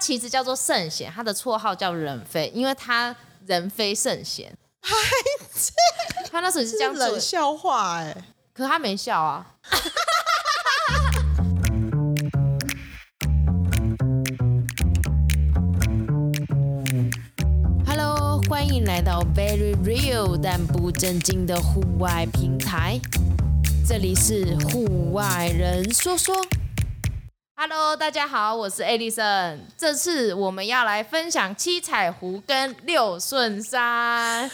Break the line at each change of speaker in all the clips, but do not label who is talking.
其实叫做圣贤，他的绰号叫人非，因为他人非圣贤。他那时 候是这样
这
做
冷
的，
笑话哎、
可他没笑啊。
Hello，欢迎来到 Very Real 但不正经的户外平台，这里是户外人说说。
Hello，大家好，我是艾丽森。这次我们要来分享七彩湖跟六顺山。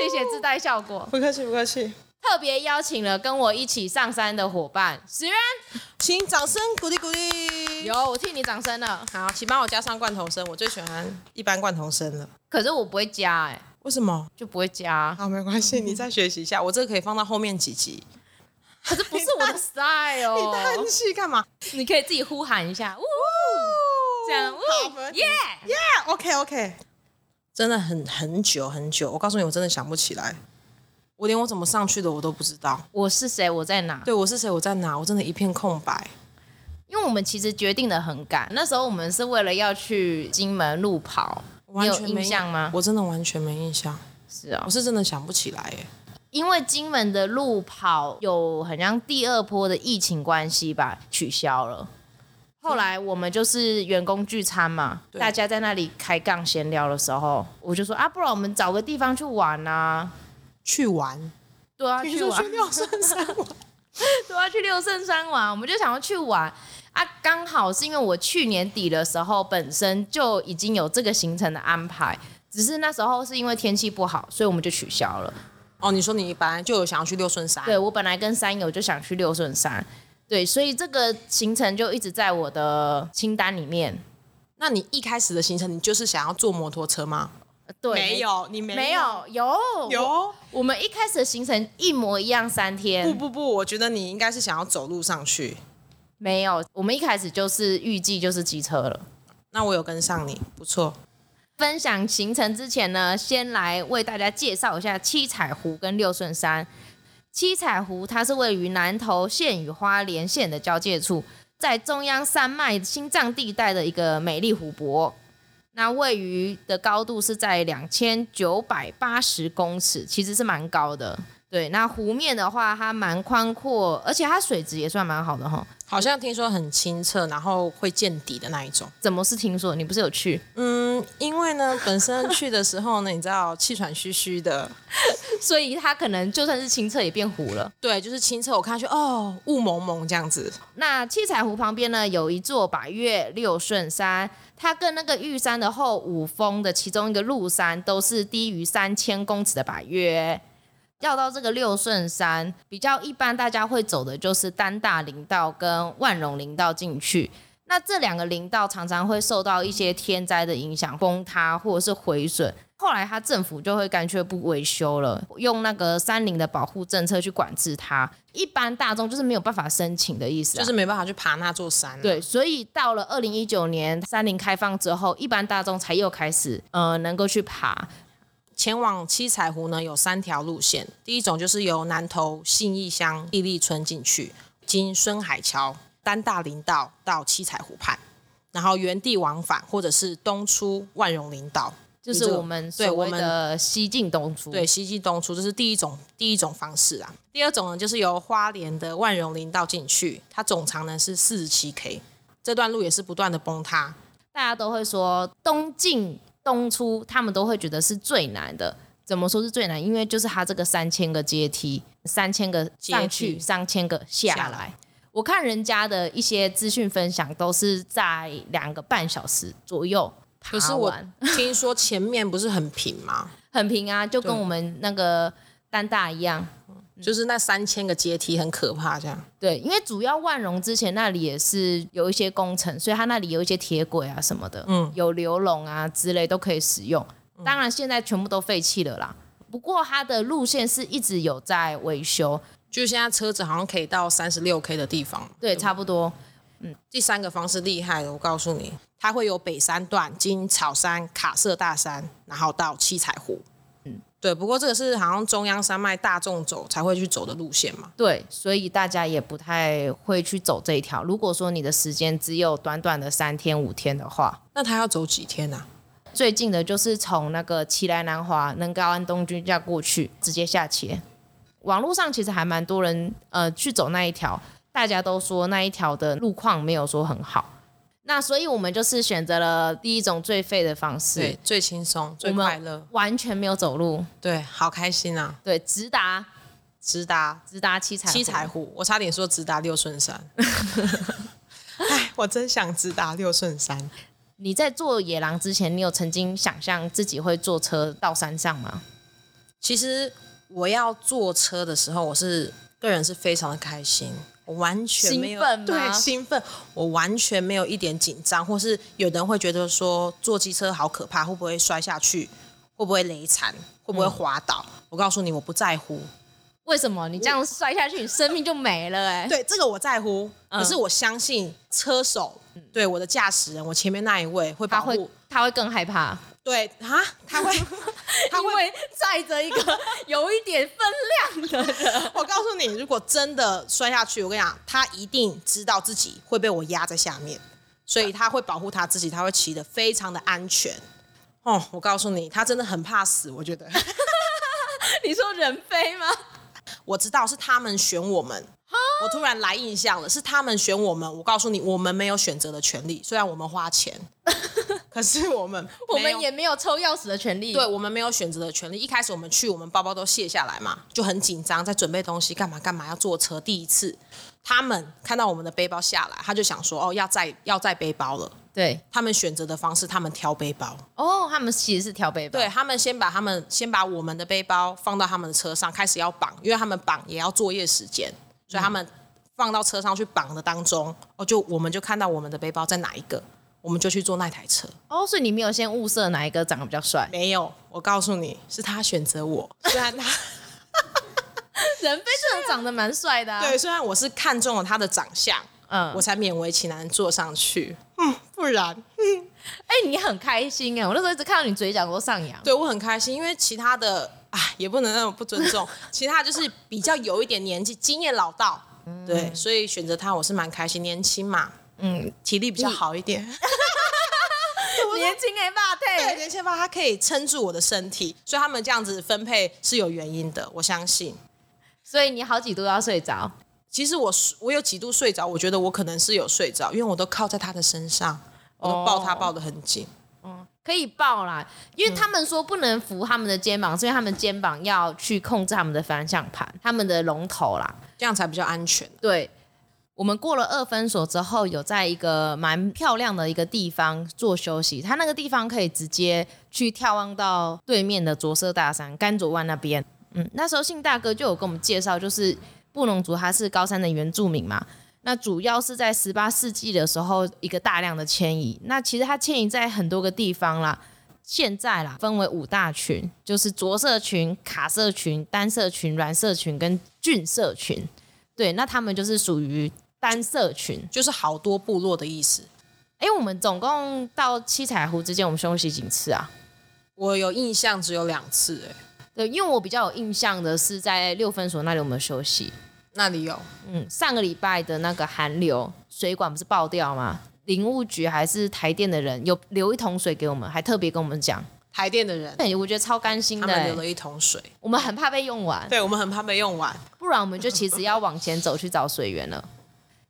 谢谢自带效果，
不客气不客气，
特别邀请了跟我一起上山的伙伴石渊，
请掌声鼓励鼓励。
有我替你掌声了。
好，请帮我加上罐头声，我最喜欢一般罐头声了。
可是我不会加哎、
为什么？
就不会加，
好，没关系，你再学习一下，我这个可以放到后面几集。
可是不是我的 style
你
哦
叹。气干嘛？啊
你可以自己呼喊一下，呜，这样，呜
好，没问，题
耶，
OK OK，真的很很久很久，我告诉你，我真的想不起来，我连我怎么上去的我都不知道。
我是谁？我在哪？
对我是谁，我在哪，我真的一片空白。
因为我们其实决定的很赶，那时候我们是为了要去金门路跑，你
完全没
印象吗？
我真的完全没印象，
是哦
我，是真的想不起来欸耶。
因为金门的路跑有很像第二波的疫情关系吧，取消了。后来我们就是员工聚餐嘛，
对
大家在那里开杠闲聊的时候，我就说啊，不然我们找个地方去玩啊，
去玩，
对啊，
听
去
说
玩
去， 尿酸山玩，
对啊，去六圣山玩，我们就想要去玩啊。刚好是因为我去年底的时候本身就已经有这个行程的安排，只是那时候是因为天气不好，所以我们就取消了。
哦，你说你本来就有想要去六顺山，
对我本来跟山友就想去六顺山，对，所以这个行程就一直在我的清单里面。
那你一开始的行程，你就是想要坐摩托车吗？
呃对，
有，你没
没有有我
有。
我们一开始的行程一模一样，三
不
天
不不，我觉得你应该是想要走路上去。
没有。我们一开始就是预计就是机车了。
那我有跟上你，不错。
分享行程之前呢，先来为大家介绍一下七彩湖跟六顺山。七彩湖它是位于南投县与花莲县的交界处，在中央山脉心脏地带的一个美丽湖泊。那位于的高度是在两千九百八十公尺，其实是蛮高的。对，那湖面的话，它蛮宽阔，而且它水质也算蛮好的哈。
好像听说很清澈，然后会见底的那一种。
怎么是听说？你不是有去？
嗯，因为呢，本身去的时候呢，你知道气喘吁吁的，
所以它可能就算是清澈也变湖了。
对，就是清澈。我看上去哦，雾蒙蒙这样子。
那七彩湖旁边呢，有一座百越六顺山，它跟那个玉山的后五峰的其中一个鹿山都是低于三千公尺的百越。要到这个六顺山，比较一般大家会走的就是丹大林道跟万荣林道进去。那这两个林道常常会受到一些天灾的影响，崩塌或者是毁损。后来，它政府就会干脆不维修了，用那个山林的保护政策去管制它。一般大众就是没有办法申请的意思、啊，
就是没办法去爬那座山、，啊
对，所以到了二零一九年山林开放之后，一般大众才又开始呃能够去爬。
前往七彩湖呢有三条路线，第一种就是由南投信义乡地利村进去，经孙海桥、丹大林道到七彩湖畔，然后原地往返，或者是东出万荣林道，
就是我们
对
所
我
谓
们
的西进东出，
对，，西进东出，这是第一种第一种方式啊。第二种呢，就是由花莲的万荣林道进去，它总长呢是四十七 K，这段路也是不断的崩塌。
大家都会说东进东出，他们都会觉得是最难的。怎么说是最难？因为就是它这个三千个阶梯，三千个上
阶
去，
梯
三千个下
下
来
来。
我看人家的一些资讯分享都是在两个半小时左右爬
可
完，
是我听说前面不是很平吗？
很平啊，就跟
对
我们那个丹大一样，
就是那三千个阶梯很可怕，这样。
对，因为主要万荣之前那里也是有一些工程，所以它那里有一些铁轨啊什么的，嗯，有流笼啊之类都可以使用。当然现在全部都废弃了啦，不过它的路线是一直有在维修，
就现在车子好像可以到三十六 K 的地方。
对，差不多。
第三个方式厉害了，我告诉你，
嗯
它会有北山段经草山、卡舍大山，然后到七彩湖。对，不过这个是好像中央山脉大众走才会去走的路线嘛。
对，所以大家也不太会去走这一条。如果说你的时间只有短短的三天五天的话，
那他要走几天啊？
最近的就是从那个奇莱南华能高安东军架过去，直接下切。网络上其实还蛮多人呃去走那一条，大家都说那一条的路况没有说很好。那所以我们就是选择了第一种最废的方式
对，，最轻松，
我
最快
们
乐，
完全没有走路，
对，好开心啊！
对，直达
直达
直达七彩湖
七彩湖，我差点说直达六 顺山。哎，我真想直达六顺山。
你在做野狼之前，你有曾经想象自己会坐车到山上吗？
其实我要坐车的时候，我是个人是非常的开心，我完全没有
兴奋吗
对兴奋，我完全没有一点紧张，或是有的人会觉得说坐机车好可怕，会不会摔下去，会不会雷残，会
嗯
不会滑倒？我告诉你，我不在乎。
为什么你这样摔下去，你生命就没了、哎，嗯
对这个我在乎，可是我相信车手，对我的驾驶人，我前面那一位会
他
保
会
护。
他会更害怕，
对啊，他会，他
因
会
为载着一 个有一点分量的人。
我告诉你，如果真的摔下去，我跟你讲，他一定知道自己会被我压在下面，所以他会保护他自己，他会骑得非常的安全。哦，我告诉你，他真的很怕死。我觉得，
你说人飞吗？
我知道是他们选我们，我突然来印象了，是他们选我们。我告诉你，我们没有选择的权利，虽然我们花钱， 可是我们
我
没
们
有
也没有抽钥匙的权利。
对，我们没有选择的权利。一开始我们去，我们包包都卸下来嘛，就很紧张，在准备东西，干嘛干嘛，要坐车。第一次，他们看到我们的背包下来，他就想说，哦，要再要再背包了。
对，
他们选择的方式，他们挑背包，
哦，他们其实是调背包。
对，啊他们先把他们先把我们的背包放到他们的车上，开始要绑，因为他们绑也要作业时间，所以他们放到车上去绑的当中，哦，就我们就看到我们的背包在哪一个，我们就去坐那台车。
哦，所以你没有先物色哪一个长得比较帅，
没有，我告诉你，是他选择我，虽然他。
人飞真的长得蛮帅的、啊。
对，，虽然我是看中了他的长相，
嗯
我，才勉为其难坐上去。嗯，不然，
哎、你很开心哎、我那时候一直看到你嘴角都上 扬。
对我很开心，因为其他的啊也不能那么不尊重，其他就是比较有一点年纪、经验老道，
嗯
对，所以选择他我是蛮开心，年轻嘛，嗯，体力比较好一
哎
点。
年轻哎、爸
对，
对，
年轻吧，他可以撑住我的身体，所以他们这样子分配是有原因的，我相信。
所以你好几度要睡着。
其实我睡我有几度睡着，我觉得我可能是有睡着，因为我都靠在他的身上，我都抱他
哦
抱得很紧。
可以抱啦，因为他们说不能扶他们的肩膀，是因为他们肩膀要去控制他们的方向盘、他们的龙头啦。
这样才比较安全。
对，我们过了二分所之后，有在一个蛮漂亮的一个地方做休息，它那个地方可以直接去眺望到对面的着色大山甘卓湾那边。嗯，那时候信大哥就有跟我们介绍，就是布农族他是高山的原住民嘛。那主要是在十八世纪的时候，一个大量的迁移。那其实它迁移在很多个地方啦，现在啦，分为五大群，就是着色群、卡色群、单色群、软色群跟郡色群。对，那他们就是属于单社群。
就是好多部落的意思。
哎、我们总共到七彩湖之间，我们休息几次啊？
我有印象只有两次、哎，
对，因为我比较有印象的是在六分所那里我们休息。
那里有
嗯，上个礼拜的那个寒流水管不是爆掉吗？林务局还是台电的人有留一桶水给我们，还特别跟我们讲，
台电的人，
对，我觉得超甘心
他
的、
们
欸
留。了一桶水，
我们很怕被用完，
对我们很怕被用完。
不然我们就其实要往前走去找水源 了。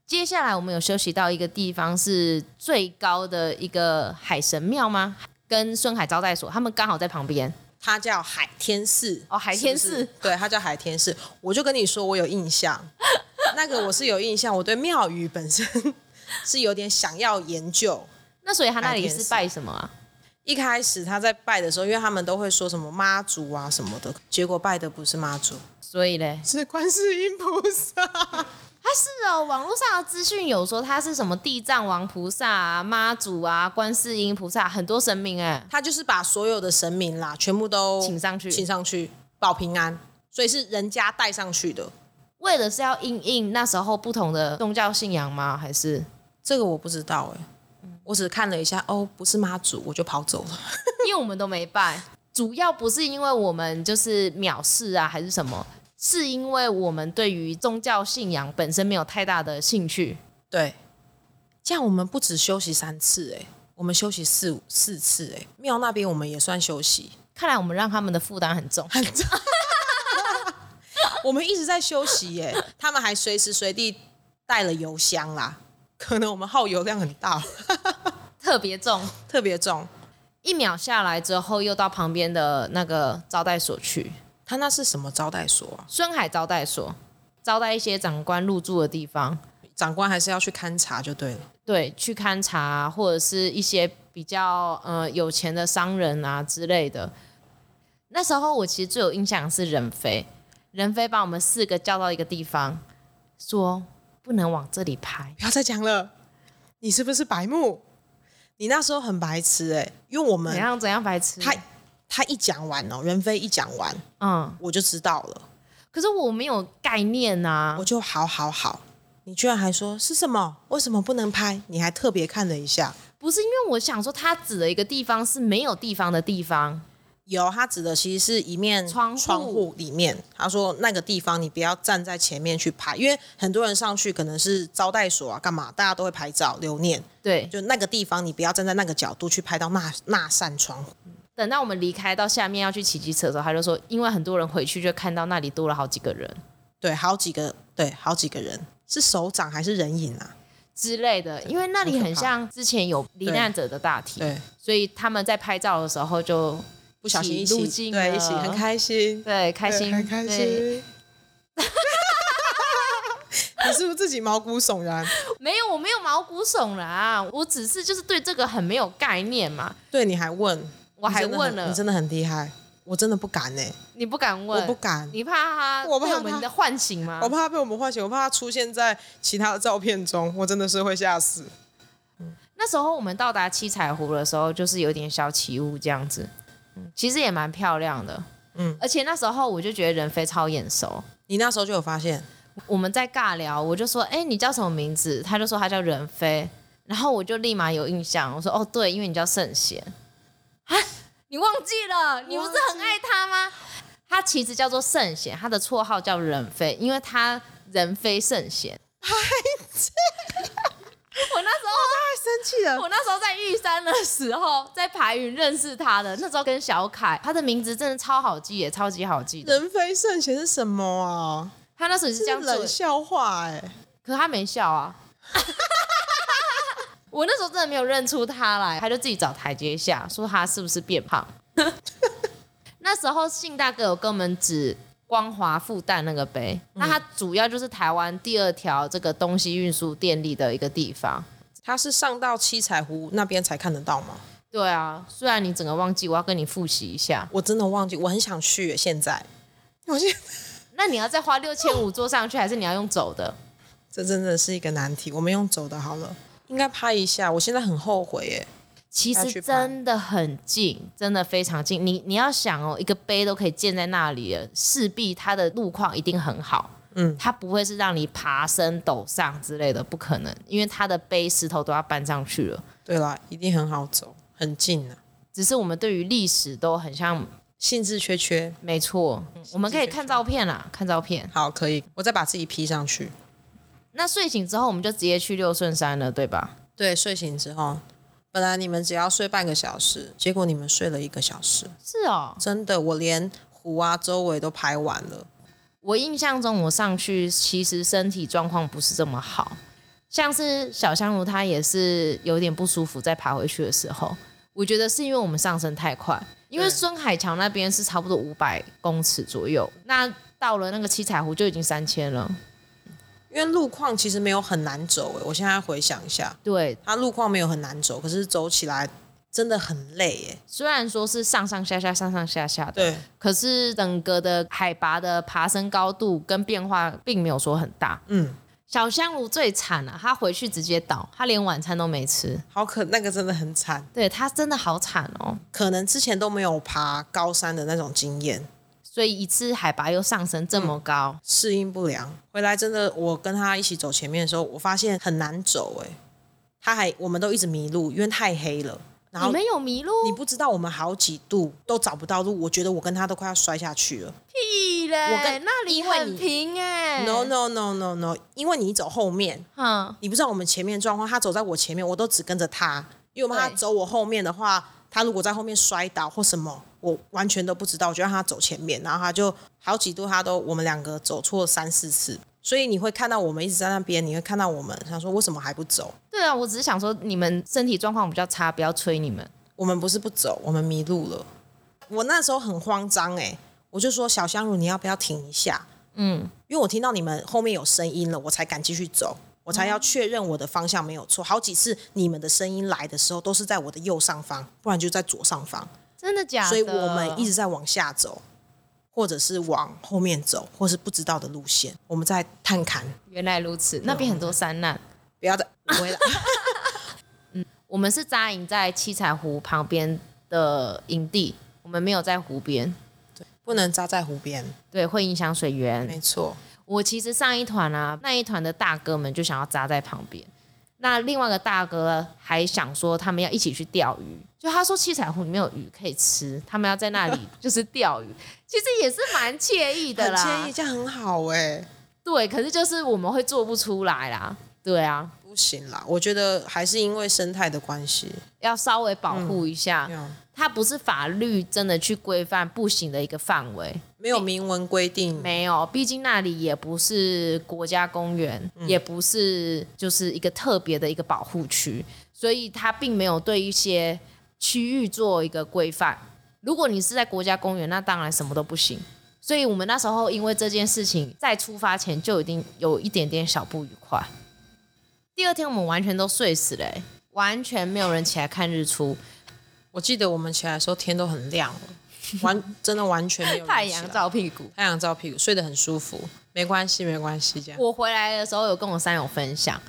接下来我们有休息到一个地方，是最高的一个海神庙吗？跟深海招待所，他们刚好在旁边。
它叫海天寺
哦海天寺
是不是对，它叫海天寺。我就跟你说，我有 印象，那个我是有印象，我对庙宇本身是有点想要研究。
那所以他那里是拜什么啊？
一开始他在拜的时候，因为他们都会说什么妈祖啊什么的，结果拜的不是妈祖，
所以嘞，
是观世音菩萨。
他是哦，网络上的资讯有说他是什么地藏王菩萨啊、妈祖啊、观世音菩萨，很多神明哎、
他就是把所有的神明啦，全部都
请上去
请上去保平安，所以是人家带上去的。
为了是要应应那时候不同的宗教信仰吗？还是
这个我不知欸嗯道哎、我只看了一下，哦，不是妈祖，我就跑走了。
因为我们都没拜，主要不是因为我们就是藐视啊，还是什么，是因为我们对于宗教信仰本身没有太大的兴趣。
对，这样我们不止休息三次、欸，哎，我们休息四五四次、欸，哎，庙那边我们也算休息，
看来我们让他们的负担很重。
很重。我们一直在休息、 欸，哎，他们还随时随地带了油箱啦，可能我们耗油量很大，
特别重，
特别重。
一秒下来之后，又到旁边的那个招待所去，
他那是什么招待所啊？
孙海招待所，招待一些长官入住的地方，
长官还是要去勘察就对了。
对，去勘察啊、或者是一些比较呃有钱的商人啊之类的。那时候我其实最有印象的是任飞，任飞把我们四个叫到一个地方，说不能往这里拍。
不要再讲了，你是不是白目？你那时候很白痴哎、欸，因为我
怎
们
样怎样白痴？
他他一讲完哦，任飞一讲完
嗯，
我就知道了，
可是我没有概念啊呐、
我就好好好。你居然还说是什么？为什么不能拍？你还特别看了一下，
不是因为我想说他指的一个地方是没有地方的地方，
有，他指的其实是一面
窗户
户里面。他说那个地方你不要站在前面去拍，因为很多人上去可能是招待所啊，干嘛，大家都会拍照留念。
对，
就那个地方你不要站在那个角度去拍到那那扇窗户。
等到我们离开到下面要去骑机车的时候，他就说，因为很多人回去就看到那里多了好几个人
对，好几个，对，好几个人是手掌还是人影啊？
之类的，因为那里很像之前有罹难者的大体，
对，
所以他们在拍照的时候就
不小心一
路
起，
径
对，
了
一起很开心，
对开心
对很开
对
心。 你是不是自己毛骨悚然？
没有我没有毛骨悚然、啊，我只是就是对这个很没有概念嘛，
对，你还问，
我还
你真的很
问了
你真的很厉害，我真的不敢哎、
你不敢问，
我不敢，
你怕他
我怕
被
他
我们的唤醒吗
我？怕他被我们唤醒，我怕他出现在其他的照片中，我真的是会吓死。
那时候我们到达七彩湖的时候，就是有点小起雾这样子，嗯，其实也蛮漂亮的，嗯
嗯，
而且那时候我就觉得人非超眼熟，
你那时候就有发现，
我们在尬聊，我就说：“哎、你叫什么名字？”他就说他叫任飞，然后我就立马有印象，我说：“哦，对，因为你叫圣贤啊，你忘记了？你不是很爱他吗？”他其实叫做圣贤，他的绰号叫任飞，因为他人非圣 贤。我那时候，
太生气了。
我那时候在玉山的时候，在排云认识他的。那时候跟小凯，他的名字真的超好记耶，超级好记的。
人非圣贤是什么啊？
他那时候也是
这
这样
是
做的
冷笑话哎、
可他没笑啊。 我那时候真的没有认出他来，他就自己找台阶下，说他是不是变胖。 那时候信大哥有跟我们指光华复旦那个碑，那它主要就是台湾第二条这个东西运输电力的一个地方。
他是上到七彩湖那边才看得到吗？
对啊，虽然你整个忘记，我要跟你复习一下。
我真的忘记，我很想去耶。现在，我现在
那你要再花六千五坐上去，还是你要用走的？
这真的是一个难题。我们用走的好了，应该拍一下。我现在很后悔耶。
其
要
实
去爬
真的很近，真的非常近。你你要想哦，一个碑都可以建在那里了，势必它的路况一定很好。
嗯
它不会是让你爬升陡上之类的，不可能，因为它的碑石头都要搬上去了。
对啦，一定很好走，很近啊，
只是我们对于历史都很像，
兴致缺缺。
没错，
嗯
我们可以看照片啦，看照片。
好，可以，我再把自己 P 上去。
那睡醒之后，我们就直接去六顺山了，对吧？
对，睡醒之后，本来你们只要睡半个小时，结果你们睡了一个小时，
是哦，
真的，我连湖啊周围都拍完了。
我印象中，我上去其实身体状况不是这么好，像是小香炉他也是有点不舒服，在爬回去的时候，我觉得是因为我们上升太快，因为
对
孙海桥那边是差不多五百公尺左右，那到了那个七彩湖就已经三千了，
因为路况其实没有很难走诶，我现在回想一下，
对，
它路况没有很难走，可是走起来真的很累耶。
虽然说是上上下下上上下下的，
对，
可是整个的海拔的爬升高度跟变化并没有说很大。
嗯，
小香炉最惨了、他回去直接倒，他连晚餐都没吃。
好可那个真的很惨，
对他真的好惨哦，
可能之前都没有爬高山的那种经验，
所以一次海拔又上升这么高，
适应不良。回来真的，我跟他一起走前面的时候，我发现很难走诶，他还我们都一直迷路，因为太黑了。然
你
后
们有迷路？
你不知道我们好几度都找不到路，我觉得我跟他都快要摔下去了。
屁嘞！
我跟
那里
因为
很
你
平哎、
No no no no no，因为你走后面，
嗯，
你不知道我们前面的状况，他走在我前面，我都只跟着他，因为我怕他
对
走我后面的话，他如果在后面摔倒或什么，我完全都不知道，我就让他走前面，然后他就好几度他都我们两个走错三四次，所以你会看到我们一直在那边，你会看到我们想说为什么还不走？
对啊，我只是想说你们身体状况比较差，不要催你们。
我们不是不走，我们迷路了。我那时候很慌张哎、我就说小香茹，你要不要停一下？
嗯，
因为我听到你们后面有声音了，我才敢继续走，我才要
哦
确认我的方向没有错。好几次你们的声音来的时候都是在我的右上方，不然就在左上方，
真的假的？
所以我们一直在往下走，或者是往后面走，或是不知道的路线，我们在探勘，
原来如此，那边很多山难。
不要再回来。
我们是扎营在七彩湖旁边的营地，我们没有在湖边，
不能扎在湖边，
对，会影响水源。
没错。
我其实上一团啊，那一团的大哥们就想要扎在旁边，那另外一个大哥还想说他们要一起去钓鱼，就他说七彩湖里面有鱼可以吃，他们要在那里 就是钓鱼，其实也是蛮惬意的
很
啦。
惬意，这样很好哎、
对，可是就是我们会做不出来啦，对啊，
不行啦，我觉得还是因为生态的关系。
要稍微保护一下，
嗯
它不是法律真的去规范不行的一个范围。
没有明文规定，
没有，毕竟那里也不是国家公园，
嗯
也不是就是一个特别的一个保护区，所以它并没有对一些区域做一个规范。如果你是在国家公园，那当然什么都不行。所以我们那时候因为这件事情，在出发前就已经有一点点小不愉快。第二天我们完全都睡死了、欸完全没有人起来看日出，
我记得我们起来的时候天都很亮了，完真的完全没有人
太
起
阳
来，
照屁股。
太阳照屁股，睡得很舒服，没关系没关系，这样。
我回来的时候有跟我三友分享，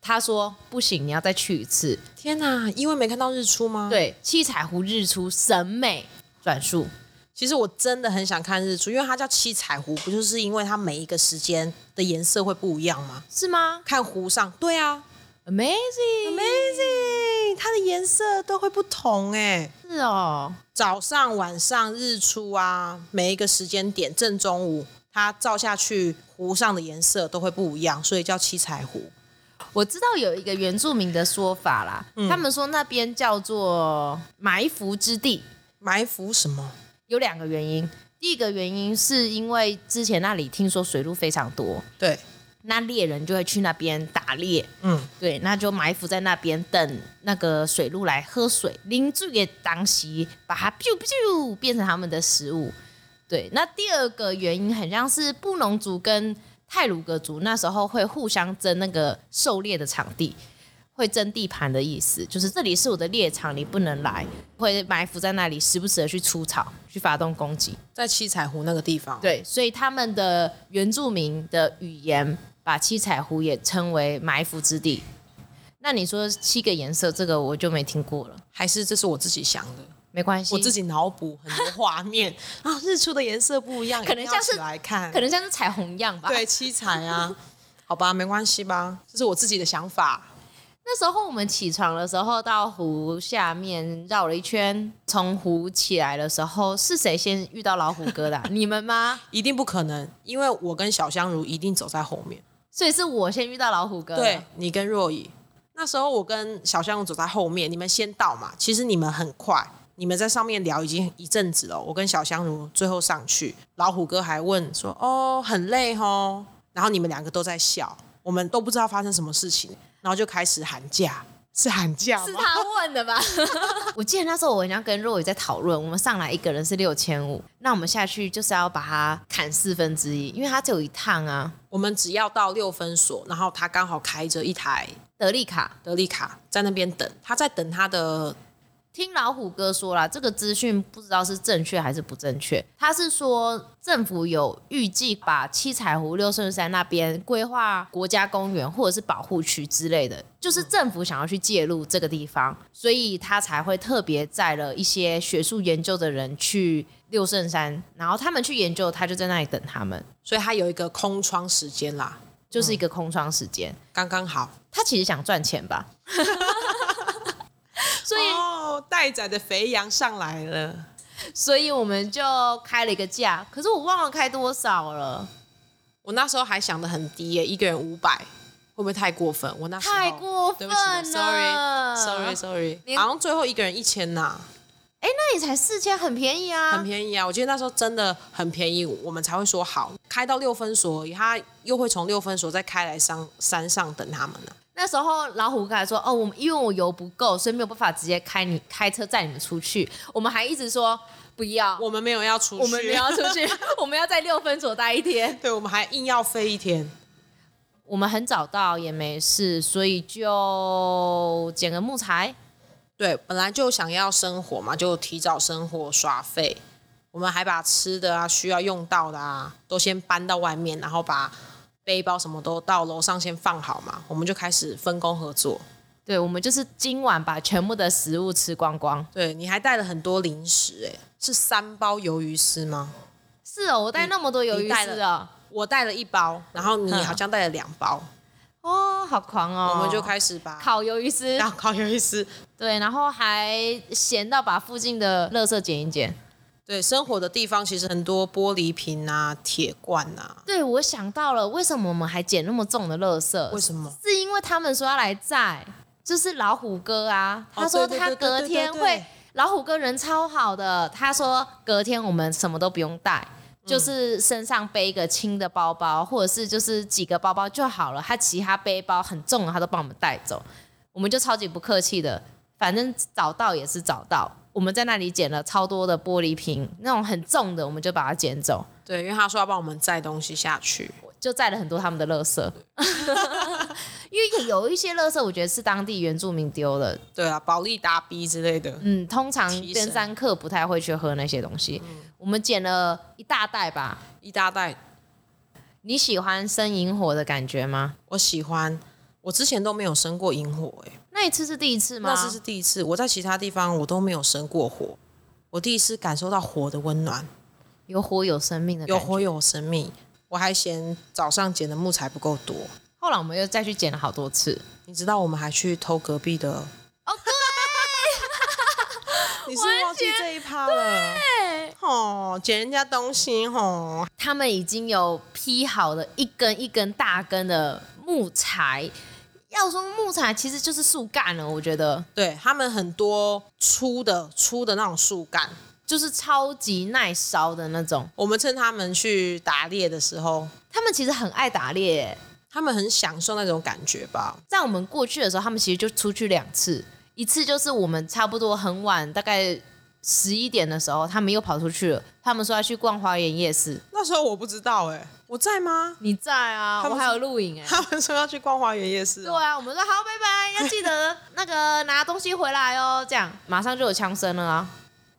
他说不行，你要再去一次。
天哪，因为没看到日出吗？，
对，七彩湖日出审美转述，
其实我真的很想看日出，因为它叫七彩湖，不就是因为它每一个时间的颜色会不一样吗？
是吗
看湖上，对啊
？Amazing，
，amazing，它的颜色都会不同哎、
是哦，
早上、晚上、日出啊，每一个时间点，正中午，它照下去湖上的颜色都会不一样，所以叫七彩湖。
我知道有一个原住民的说法啦，他们说那边叫做埋伏之地，
埋伏什么？
有两个原因。第一个原因是因为之前那里听说水路非常多，
对，
那猎人就会去那边打猎，
嗯，
对，那就埋伏在那边等那个水鹿来喝水，拎住也当席，把它 biu biu 变成他们的食物。对，那第二个原因很像是布农族跟泰鲁格族那时候会互相争那个狩猎的场地，会争地盘的意思，就是这里是我的猎场，你不能来，会埋伏在那里，时不时的去出草，去发动攻击。
在七彩湖那个地方。，
对，所以他们的原住民的语言把七彩湖也称为埋伏之地。那你说七个颜色，这个我就没听过了，
还是这是我自己想的，
没关系，
我自己脑补很多画 面啊，日出的颜色不一样，
可能
一定要
像是
起来看，
可能像是彩虹一样吧。，
对七彩 啊，好吧，没关系吧，这是我自己的想法。
那时候我们起床的时候，到湖下面绕了一圈，从湖起来的时候，是谁先遇到老虎哥的 啊、你们吗？
一定不可能，因为我跟小香茹一定走在后面。
所以是我先遇到老虎哥。啊
对，你跟若雨，那时候我跟小香走在后面，你们先到嘛。其实你们很快，你们在上面聊已经一阵子了。我跟小香如最后上去，老虎哥还问说：“哦，很累哦。”然后你们两个都在笑，我们都不知道发生什么事情，然后就开始喊价，是喊价
是
吗？
他问的吧？ 我记得那时候我好像跟若雨在讨论，我们上来一个人是六千五，那我们下去就是要把它砍四分之一，因为它只有一趟啊。
我们只要到六分所，然后他刚好开着一台
德利卡，
德利卡在那边等，他在等他的
听老虎哥说啦，这个资讯不知道是正确还是不正确。他是说政府有预计把七彩湖、六顺山那边规划国家公园或者是保护区之类的，就是政府想要去介入这个地方，所以他才会特别载了一些学术研究的人去六圣山，然后他们去研究，他就在那里等他们，
所以他有一个空窗时间啦，
就是一个空窗时间。
刚刚好。
他其实想赚钱吧，所以
哦，候待宰的肥羊上来了，
所以我们就开了一个价，可是我忘了开多少了，
我那时候还想的很低耶、一个人五百，会不会太过分？我那时候
太过分
对不起我
了。
，sorry sorry sorry，
连
好像最后一个人一千呐、
哎，那你才四千，很便宜啊，
很便宜啊！我记得那时候真的很便宜，我们才会说好开到六分所，他又会从六分所再开来山山上等他们呢、
那时候老虎哥还说：“哦，我们因为我油不够，所以没有办法直接开你开车载你们出去。”我们还一直说不要，
我们没有要出去，啊
我们不要出去， 我们要在六分所待一天。
对，我们还硬要飞一天。
我们很早到也没事，所以就捡个木材。
对，本来就想要生活嘛，就提早生活耍废。我们还把吃的啊、需要用到的啊，都先搬到外面，然后把背包什么都到楼上先放好嘛。我们就开始分工合作。
对，我们就是今晚把全部的食物吃光光。
对你还带了很多零食、哎，是三包鱿鱼丝吗？
是哦，我带那么多鱿
嗯你
鱼
带
丝哦，
我带了一包，然后你
嗯
好像带了两包，
哦，好狂哦！
我们就开始 把
烤鱿鱼丝，
然后烤鱿鱼丝。
对，然后还闲到把附近的垃圾捡一捡。
对，生活的地方其实很多玻璃瓶啊、铁罐啊，
对，我想到了，为什么我们还捡那么重的垃
为
圾？
什么？
是因为他们说要来载，就是老虎哥啊，
哦
他说
对对
他
对对
隔
对
天
对
会
对，
老虎哥人超好的，他说隔天我们什么都不用带。
嗯
就是身上背一个轻的包包，或者是就是几个包包就好了。他其他背包很重的，他都帮我们带走，我们就超级不客气的。反正找到也是找到，我们在那里捡了超多的玻璃瓶，那种很重的，我们就把它捡走。
对，因为他说要帮我们载东西下去。
就载了很多他们的垃圾， 因为也有一些垃圾，我觉得是当地原住民丢的。
对啊，保利达 B 之类的。
嗯，通常
提神
登山客不太会去喝那些东西。我们捡了一大袋吧。
一大袋，
你喜欢生萤火的感觉吗？
我喜欢。我之前都没有生过萤火、欸，
那一次是第一次吗？
那次是第一次。我在其他地方我都没有生过火，我第一次感受到火的温暖，
有火有生命的感
有
觉。
火有生命。我还嫌早上捡的木材不够多，
后来我们又再去捡了好多次。
你知道我们还去偷隔壁的。
哦，
你是不是忘记这一趴了？哦，捡人家东西哦，
他们已经有劈好了一根一根大根的木材。要说木材，其实就是树干了，我觉得。
对他们很多粗的粗的那种树干，
就是超级耐烧的那种。
我们趁他们去打猎的时候，
他们其实很爱打猎耶，
他们很享受那种感觉吧？
在我们过去的时候，他们其实就出去两次，一次就是我们差不多很晚，大概十一点的时候，他们又跑出去了。他们说要去逛花园夜市，
那时候我不知道哎、我在吗？
你在啊？
他
我
们
还有录影哎、
他们说要去逛花园夜市
对
哦、
啊，我们说好，拜拜，要记 得那个拿东西回来哦。这样马上就有枪声了啊！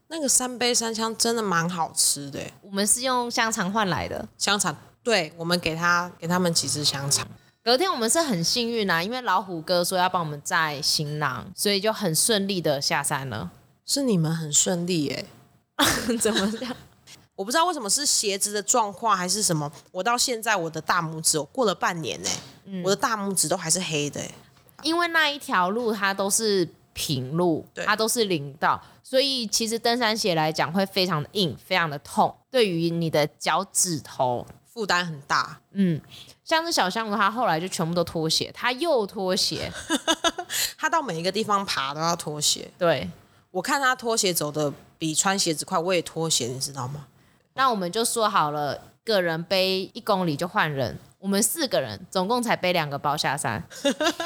那个三杯三香真的蛮好吃的、欸，
我们是用香肠换来的。
香肠。对，我们给他给他们几只香肠，
隔天我们是很幸运啊，因为老虎哥说要帮我们载行囊，所以就很顺利的下山了。
是你们很顺利哎、
怎么这样？
我不知道为什么是鞋子的状况还是什么，我到现在我的大拇指，我过了半年呢、欸我的大拇指都还是黑的、欸。
因为那一条路它都是平路
对，
它都是林道，所以其实登山鞋来讲会非常的硬，非常的痛，对于你的脚趾头。
负担很大，
嗯，像是小香炉，他后来就全部都脱鞋，他又脱 鞋，
他到每一个地方爬都要脱鞋。
对。
我看他脱鞋走的比穿鞋子快，我也脱鞋，你知道吗？
那我们就说好了，一个人背一公里就换人。我们四个人总共才背两个包下 山，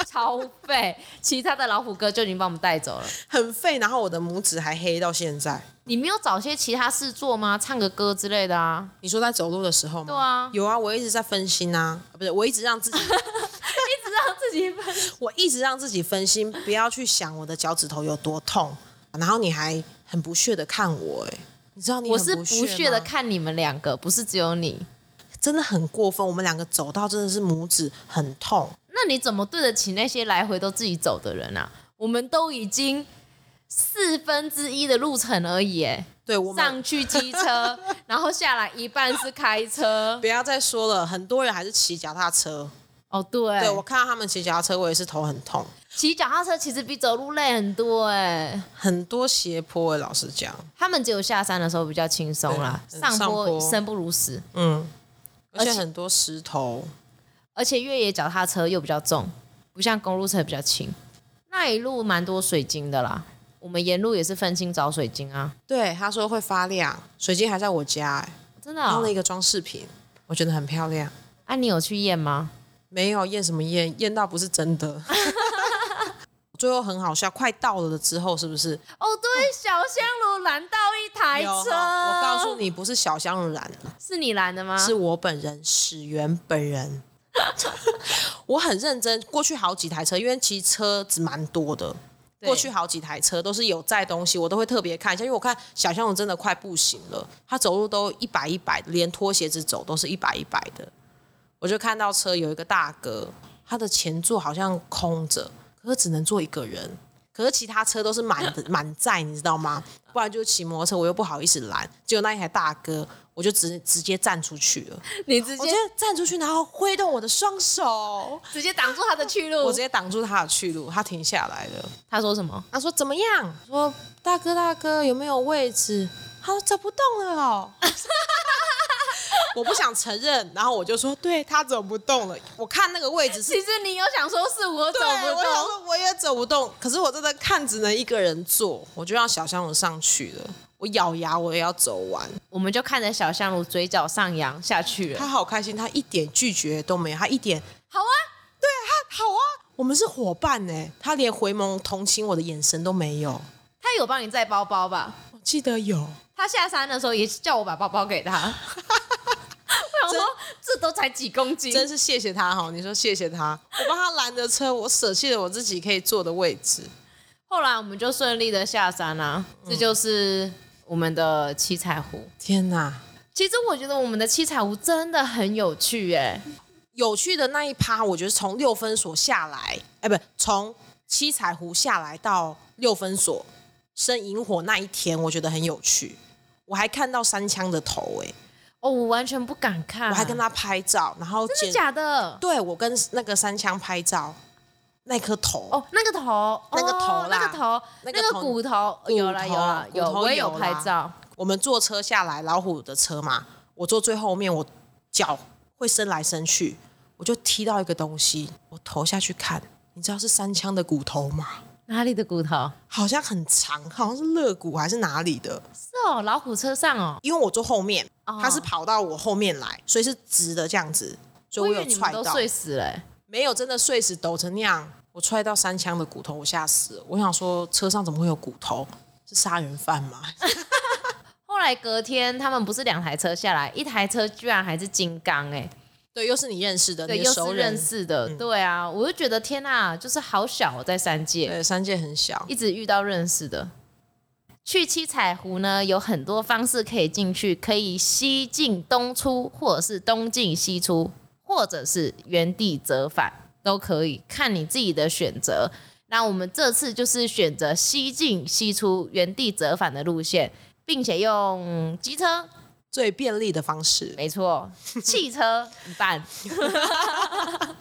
超费。其他的老虎哥就已经帮我们带走了。
很废，然后我的拇指还黑到现在。
你没有找些其他事做吗？唱个歌之类的啊？
你说在走路的时候吗？
对啊
有啊，我一直在分心啊，啊不是，我一直 让自己，
一直让自己分
我一直让自己分心，不要去想我的脚趾头有多痛。然后你还很不屑的看我、欸，哎，你知道你
我
很
是
不
不屑的
吗，
看你们两个，不是只有你。
真的很过分。我们两个走到真的是拇指很痛，
那你怎么对得起那些来回都自己走的人啊？我们都已经四分之一的路程而已，哎，
对我们
上去机 车，然后下来一半是开车。
不要再说了，很多人还是骑脚踏车。
哦，对，
对我看到他们骑脚踏车，我也是头很痛，
骑脚踏车其实比走路累很多哎、
很多斜坡、欸。老实讲，
他们只有下山的时候比较轻松啦，
对啊
上
上
坡
坡
生不如死，
嗯，而
而且
且很多石头，
而且越野脚踏车又比较重，不像公路车比较轻。那一路蛮多水晶的啦，我们沿路也是分清找水晶啊，
对他说会发亮，水晶还在我家、欸，
真的、
当
哦
了一。个装饰品，我觉得很漂亮。
啊，你有去验吗？
没有验什么验，验到不是真的。 最后很好笑，快到了之后是不是？
哦，对，小香炉拦到一台
有
车，
我告诉，你，不是小香染，
是你拦的吗？
是我本人，始源本人。 我很认真，过去好几台车，因为其实车子蛮多的，
对
过去好几台车都是有载东西，我都会特别看一下，因为我看小香龙真的快不行了，他走路都一百一百，连拖鞋子走都是一百一百的。我就看到车有一个大哥，他的前座好像空着，可是只能坐一个人，可是其他车都是满 的满载，你知道吗？不然就是骑摩托车，我又不好意思拦，结果那一台大哥，我就直直接站出去了，
你直
我
接
直接站出去，然后挥动我的双手，
直接挡住他的去路。
我直接挡住他的去路，他停下来了。
他说什么？
他说怎么样？说大哥大哥有没有位置？他说走不动了 哦。我不想承认，然后我就说对他走不动了。我看那个位置是
其实你有想说是我走
对，
不
我想
动，
说我也走不动，可是我真的看只能一个人坐，我就让小香龙上去了。我咬牙我也要走完，
我们就看着小香炉嘴角上扬下去了
他。好开心，他一点拒绝都没有，他一点
好啊，
对他好啊，我们是伙伴呢、欸他连回眸同情我的眼神都没有。
他有帮你载包包吧？
我记得有，
他下山的时候也叫我把包包给 他。我想说，这都才几公斤，
真是谢谢他哈！你说谢谢他，我帮他拦着车，我舍弃了我自己可以坐的位置。
后来我们就顺利的下山啦、这就是我们的七彩湖。
天哪，
其实我觉得我们的七彩湖真的很有趣耶、
有趣的那一趴，我觉得从六分所下来，哎，不，从七彩湖下来到六分所生萤火那一天，我觉得很有趣。我还看到三枪的头、哎，
哦，我完全不敢看，
我还跟他拍照，然后
啊真
剪
的，假的？
对我跟那个三枪拍照，那颗头，
哦，那个头，
那个头
哦
啦
那个头，
那个
那个
头
骨头，
骨
有啦有啦
头
有，
骨头
我也有
有
拍
啦
照。
我们坐车下来，老虎的车嘛，我坐最后面，我脚会伸来伸去，我就踢到一个东西，我头下去看，你知道是三枪的骨头吗？
哪里的骨头？
好像很长，好像是肋骨还是哪里的？
是哦，老虎车上哦。
因为我坐后面，
哦
它是跑到我后面来，所以是直的这样子，所
我
以
以
有
为你
踹
们都
到，
睡死了耶、欸
没有真的碎死抖成那样，我踹到三枪的骨头，我吓死了。我想说车上怎么会有骨头？是杀人犯吗？
后来隔天，他们不是两台车下来，一台车居然还是金刚哎、
对，又是你认识的，
对，
呃你
又
的熟
是
人嗯
认识的，对啊，我就觉得天啊，就是好小、哦、在三界，
对，三界很小，
一直遇到认识的。去七彩湖呢，有很多方式可以进去，可以西进东出，或者是东进西出，或者是原地折返，都可以，看你自己的选择。那我们这次就是选择西进西出、原地折返的路线，并且用机车
最便利的方式。
没错，汽车一半。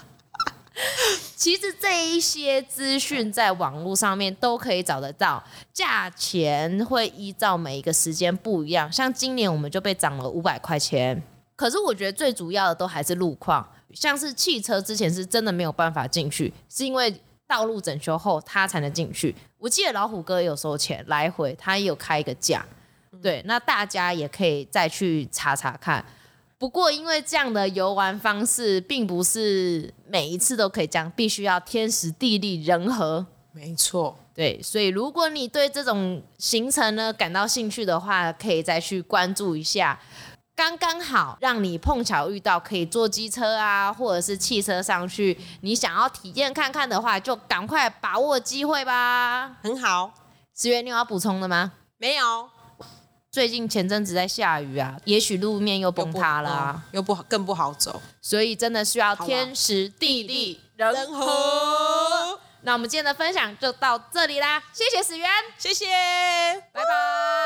其实这一些资讯在网络上面都可以找得到，价钱会依照每一个时间不一样。像今年我们就被涨了五百块钱，可是我觉得最主要的都还是路况，像是汽车之前是真的没有办法进去，是因为道路整修后它才能进去。我记得老虎哥有收钱来回，他也有开一个价，对，那大家也可以再去查查看。不过，因为这样的游玩方式，并不是每一次都可以这样，必须要天时地利人和。
没错，
对，所以如果你对这种行程呢感到兴趣的话，可以再去关注一下。刚刚好让你碰巧遇到可以坐机车啊，或者是汽车上去，你想要体验看看的话，就赶快把握机会吧。
很好。
石原，你有要补充的吗？
没有，
最近前阵子在下雨啊，也许路面又崩塌啊啦、
嗯又不好，更不好走。
所以真的需要
好啦
天时地利人
人和，
那我们今天的分享就到这里啦，谢谢史源，
谢谢。
拜拜。